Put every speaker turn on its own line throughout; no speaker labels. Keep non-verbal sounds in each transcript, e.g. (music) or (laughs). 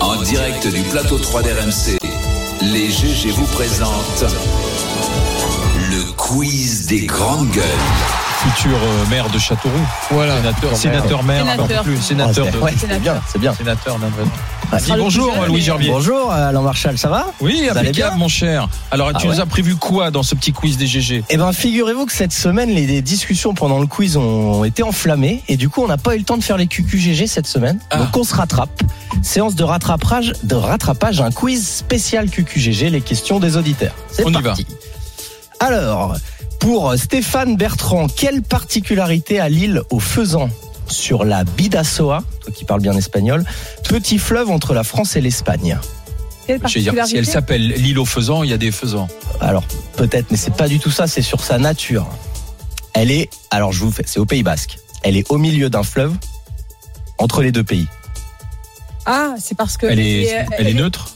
En direct du plateau 3 d'RMC, les GG vous présentent le quiz des grandes gueules.
futur euh, maire de Châteauroux.
Voilà.
Sénateur, sénateur maire, Ah, encore
Sénateur.
plus. Sénateur de.
Ouais, c'est bien, c'est bien.
Sénateur d'un vrai nom.
Ouais.
Dis bonjour
Bonjour,
Louis
mais-
Gerbier.
Bonjour euh, Alain Marchal, ça va
Oui,
allez
impeccable
bien
mon cher. Alors
Ah
tu nous
ouais.
as prévu quoi dans ce petit quiz des GG
Eh ben figurez-vous que cette semaine les, les discussions pendant le quiz ont été enflammées et du coup on n'a pas eu le temps de faire les QQGG cette semaine.
Ah.
Donc on se rattrape. Séance de rattrapage, de rattrapage, un quiz spécial QQGG, les questions des auditeurs. C'est
On y
parti. Alors, pour Stéphane Bertrand, quelle particularité à l'île au Faisan sur la Bidassoa, toi qui parles bien espagnol, petit fleuve entre la France et l'Espagne
Quelle
Je veux dire, si elle
particularité
s'appelle l'île aux faisans, il y a des faisans.
Alors peut-être, mais c'est pas du tout ça, c'est sur sa nature. Elle est, alors je vous fais, c'est au Pays Basque. Elle est au milieu d'un fleuve, entre les deux pays.
Ah, c'est parce que.
Elle est, elle est
elle-
neutre.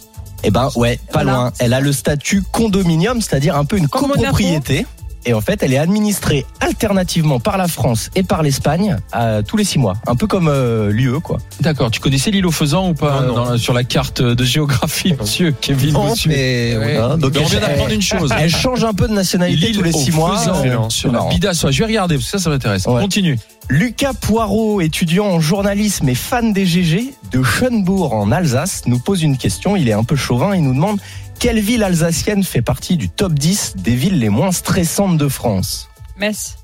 Eh ben ouais, pas
Voilà.
loin. Elle a le statut condominium, c'est-à-dire un peu une
Comme Monaco.
copropriété. Et en fait, elle est administrée alternativement par la France et par l'Espagne euh, tous les six mois, un peu comme euh, l'UE quoi.
D'accord. Tu connaissais l'île aux faisans ou pas
Non, non.
dans la- sur la carte de géographie, monsieur Kevin Bossuet
mais
Ouais.
hein, donc
Mais on
elle,
vient d'apprendre une chose.
elle change un peu de nationalité
L'île
tous les
aux
six mois.
faisans
Euh,
sur la
marrant.
Bidassoa. Je vais regarder parce que ça, ça m'intéresse.
Ouais.
Continue.
Lucas Poirot, étudiant en journalisme et fan des GG de Schönbourg en Alsace, nous pose une question. Il est un peu chauvin. Il nous demande quelle ville alsacienne fait partie du top 10 des villes les moins stressantes de France
Metz.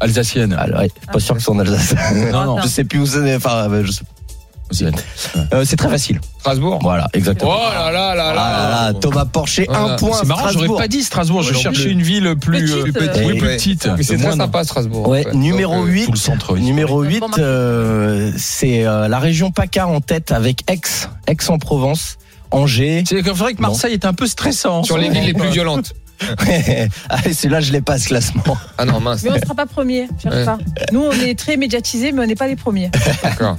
Alsacienne.
Alors, Ah, ouais, je suis pas sûr que c'est en Alsace.
Ah. non, non.
(laughs) je sais plus où c'est. Enfin, euh, je sais
Ouais. Oh
Euh, c'est très facile.
Strasbourg.
Voilà, exactement.
là là là
Ah là là, Thomas Porcher,
Voilà.
un point.
C'est marrant, j'aurais
Strasbourg.
pas dit Strasbourg. Je
Ouais, non
cherchais
plus.
une ville plus
Petite,
euh,
euh,
oui, plus
Ouais.
petite.
Mais Ah, c'est
De
très
moins de-
sympa Strasbourg.
Ouais,
en fait.
numéro
Donc, euh,
8.
tout le centre, oui.
Numéro
Bon
8,
marché.
euh, c'est euh, la région PACA en tête avec Aix, Aix-en-Provence, Angers.
C'est c'est vrai que Marseille est un peu stressant.
Sur les villes les plus violentes.
(laughs) Allez, Ah, celui-là, je l'ai pas ce classement.
Ah non, (laughs) mince.
Mais on ne sera pas premier, cherche
Ouais.
pas. Nous, on est très médiatisés, mais on n'est pas les premiers.
D'accord.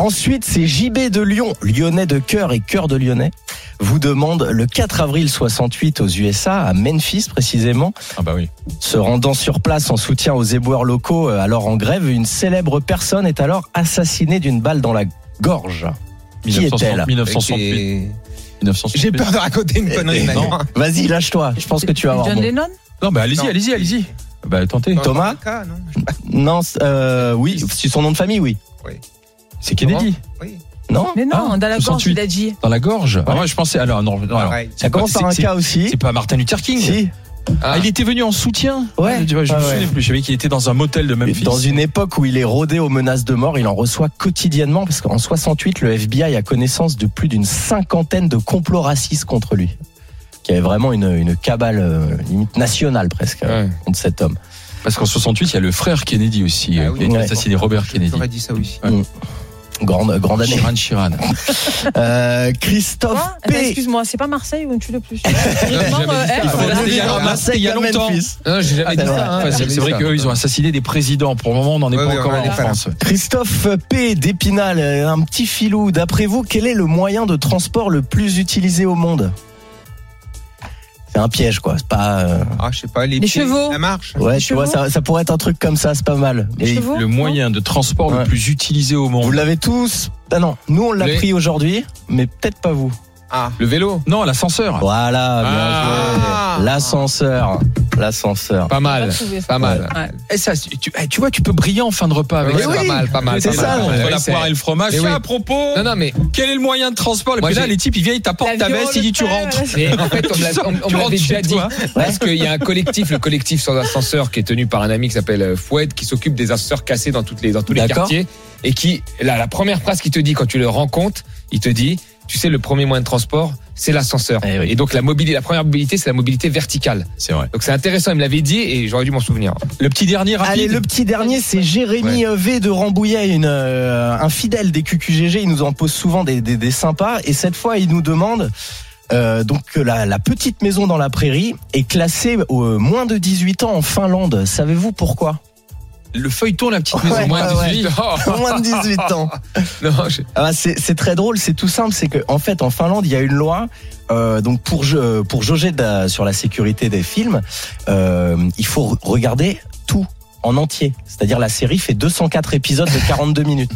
Ensuite, c'est JB de Lyon, lyonnais de cœur et cœur de lyonnais, vous demande le 4 avril 68 aux USA, à Memphis précisément,
Ah bah oui.
se rendant sur place en soutien aux éboueurs locaux euh, alors en grève, une célèbre personne est alors assassinée d'une balle dans la gorge. Qui est-elle
1968.
Et-
1968.
J'ai peur de raconter une connerie.
Non.
maintenant.
Vas-y, lâche-toi, je pense que tu vas avoir
John
bon.
Lennon
Non, bah allez-y,
Non.
allez-y, allez-y. Bah tentez.
Thomas
Ah, non.
Non, c'est- euh, oui, c'est son nom de famille, oui.
C'est Kennedy.
Oui.
Non
Mais non,
Ah,
dans la gorge,
68.
il a dit.
Dans la gorge. Ah ouais, je pensais. Alors, non, non, alors.
Pareil.
Ça commence
c'est-
par un
c'est-
cas aussi.
C'est pas Martin Luther King.
Si,
Ah, il était venu en soutien.
Ouais.
Ah, Je, je me
Ah ouais.
souvenais plus. Je savais qu'il était dans un motel de Memphis.
Dans une époque où il est rodé aux menaces de mort, il en reçoit quotidiennement parce qu'en 68, le FBI a connaissance de plus d'une cinquantaine de complots racistes contre lui. Qui avait vraiment une, une cabale euh, limite nationale presque euh,
Ouais.
contre cet homme.
Parce qu'en 68, il y a le frère Kennedy aussi
Ah
euh,
oui.
qui a été
Ouais.
assassiné, Robert Kennedy.
J'aurais dit ça aussi.
Grande, grande année.
Shiran Shiran.
Euh, Christophe
Quoi Attends,
P.
Excuse-moi, c'est pas Marseille où on tue le plus. Vraiment, euh,
jamais
eh,
dit ça.
voilà.
C'était il y a-
À
c'était Ah, il y a
qu'à
longtemps.
Memphis.
Non, j'ai jamais dit
Ah, c'est vrai.
ça. hein.
Enfin,
J'ai
c'est
jamais
c'est vrai
dit ça.
qu'eux, ils ont assassiné des présidents. Pour le moment, on n'en est
Ouais,
pas
ouais,
encore
on en
en
est pas là.
France.
Christophe P. d'Épinal, euh, un petit filou. D'après vous, quel est le moyen de transport le plus utilisé au monde C'est un piège, quoi. C'est pas. euh,
Ah, je sais pas. Les,
Les
pieds,
chevaux.
La marche.
Ouais,
Les
tu vois,
chevaux
ça, ça pourrait être un truc comme ça, c'est pas mal.
Les
Et
chevaux
Le
Non
moyen de transport
Ouais.
le plus utilisé au
vous
monde.
l'avez tous Ah non, nous on l'a
Les-
pris aujourd'hui, mais peut-être pas vous.
Ah. Le vélo.
Non, l'ascenseur.
Voilà, bien
Ah.
joué. L'ascenseur. L'ascenseur.
Pas
On
mal.
va trouver ça.
Pas mal.
Ouais.
Eh, ça, tu, eh, tu vois, tu peux briller en fin de repas avec
Ouais,
ça.
Pas mal, pas mal.
C'est
pas
ça,
mal.
on
Ouais,
Entre la
bah, c'est-
poire et le fromage.
Mais
Ça,
oui.
à propos,
Non, non, mais
quel est le moyen de transport Et
Moi,
puis là,
j'ai-
les types, ils viennent, ils t'apportent
La
ta veste, ils disent tu
violence,
rentres.
Mais en fait, on me l'a- on-
Tu
on me l'avait
rentres chez
déjà dit.
toi.
Parce qu'il y a un collectif, le collectif sans ascenseur, qui est tenu par un ami qui s'appelle euh, Fouette, qui s'occupe des ascenseurs cassés dans, toutes les, dans tous les
D'accord.
quartiers. Et qui, la, la première phrase qu'il te dit quand tu le rencontres, il te dit, tu sais, le premier moyen de transport, c'est l'ascenseur.
Eh oui.
Et donc, la mobilité, la première mobilité, c'est la mobilité verticale.
C'est vrai.
Donc, c'est intéressant, il me l'avait dit et j'aurais dû m'en souvenir.
Le petit dernier rapide.
Allez, le petit dernier, c'est Jérémy V de Rambouillet, une, euh, un fidèle des QQGG. Il nous en pose souvent des, des, des sympas. Et cette fois, il nous demande euh, donc que la, la petite maison dans la prairie est classée aux euh, moins de 18 ans en Finlande. Savez-vous pourquoi
Le feuilleton, la petite maison.
Ouais,
moins de
ouais,
18.
Moins de 18 ans.
Non, je-
Ah bah, c'est c'est très drôle, c'est tout simple, c'est que en fait en Finlande il y a une loi euh, donc pour je- pour jauger de la- sur la sécurité des films, euh, il faut re- regarder tout en entier, c'est-à-dire la série fait 204 épisodes de 42 minutes.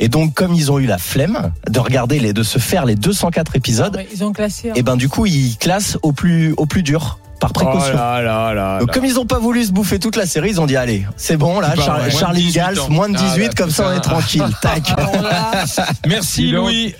Et donc, comme ils ont eu la flemme de regarder les, de se faire les 204 épisodes,
Ouais, Ils ont classé. hein.
et ben du coup, ils classent au plus, au plus dur, par précaution.
Oh là là là
donc,
là.
comme ils n'ont pas voulu se bouffer toute la série, ils ont dit allez, c'est bon là,
C'est pas
Char-
vrai. Moins de
Charlie
18
Gals,
ans.
moins de
Ah,
18,
bah,
comme ça on
putain.
est tranquille. Tac.
Merci
Dis donc.
Louis.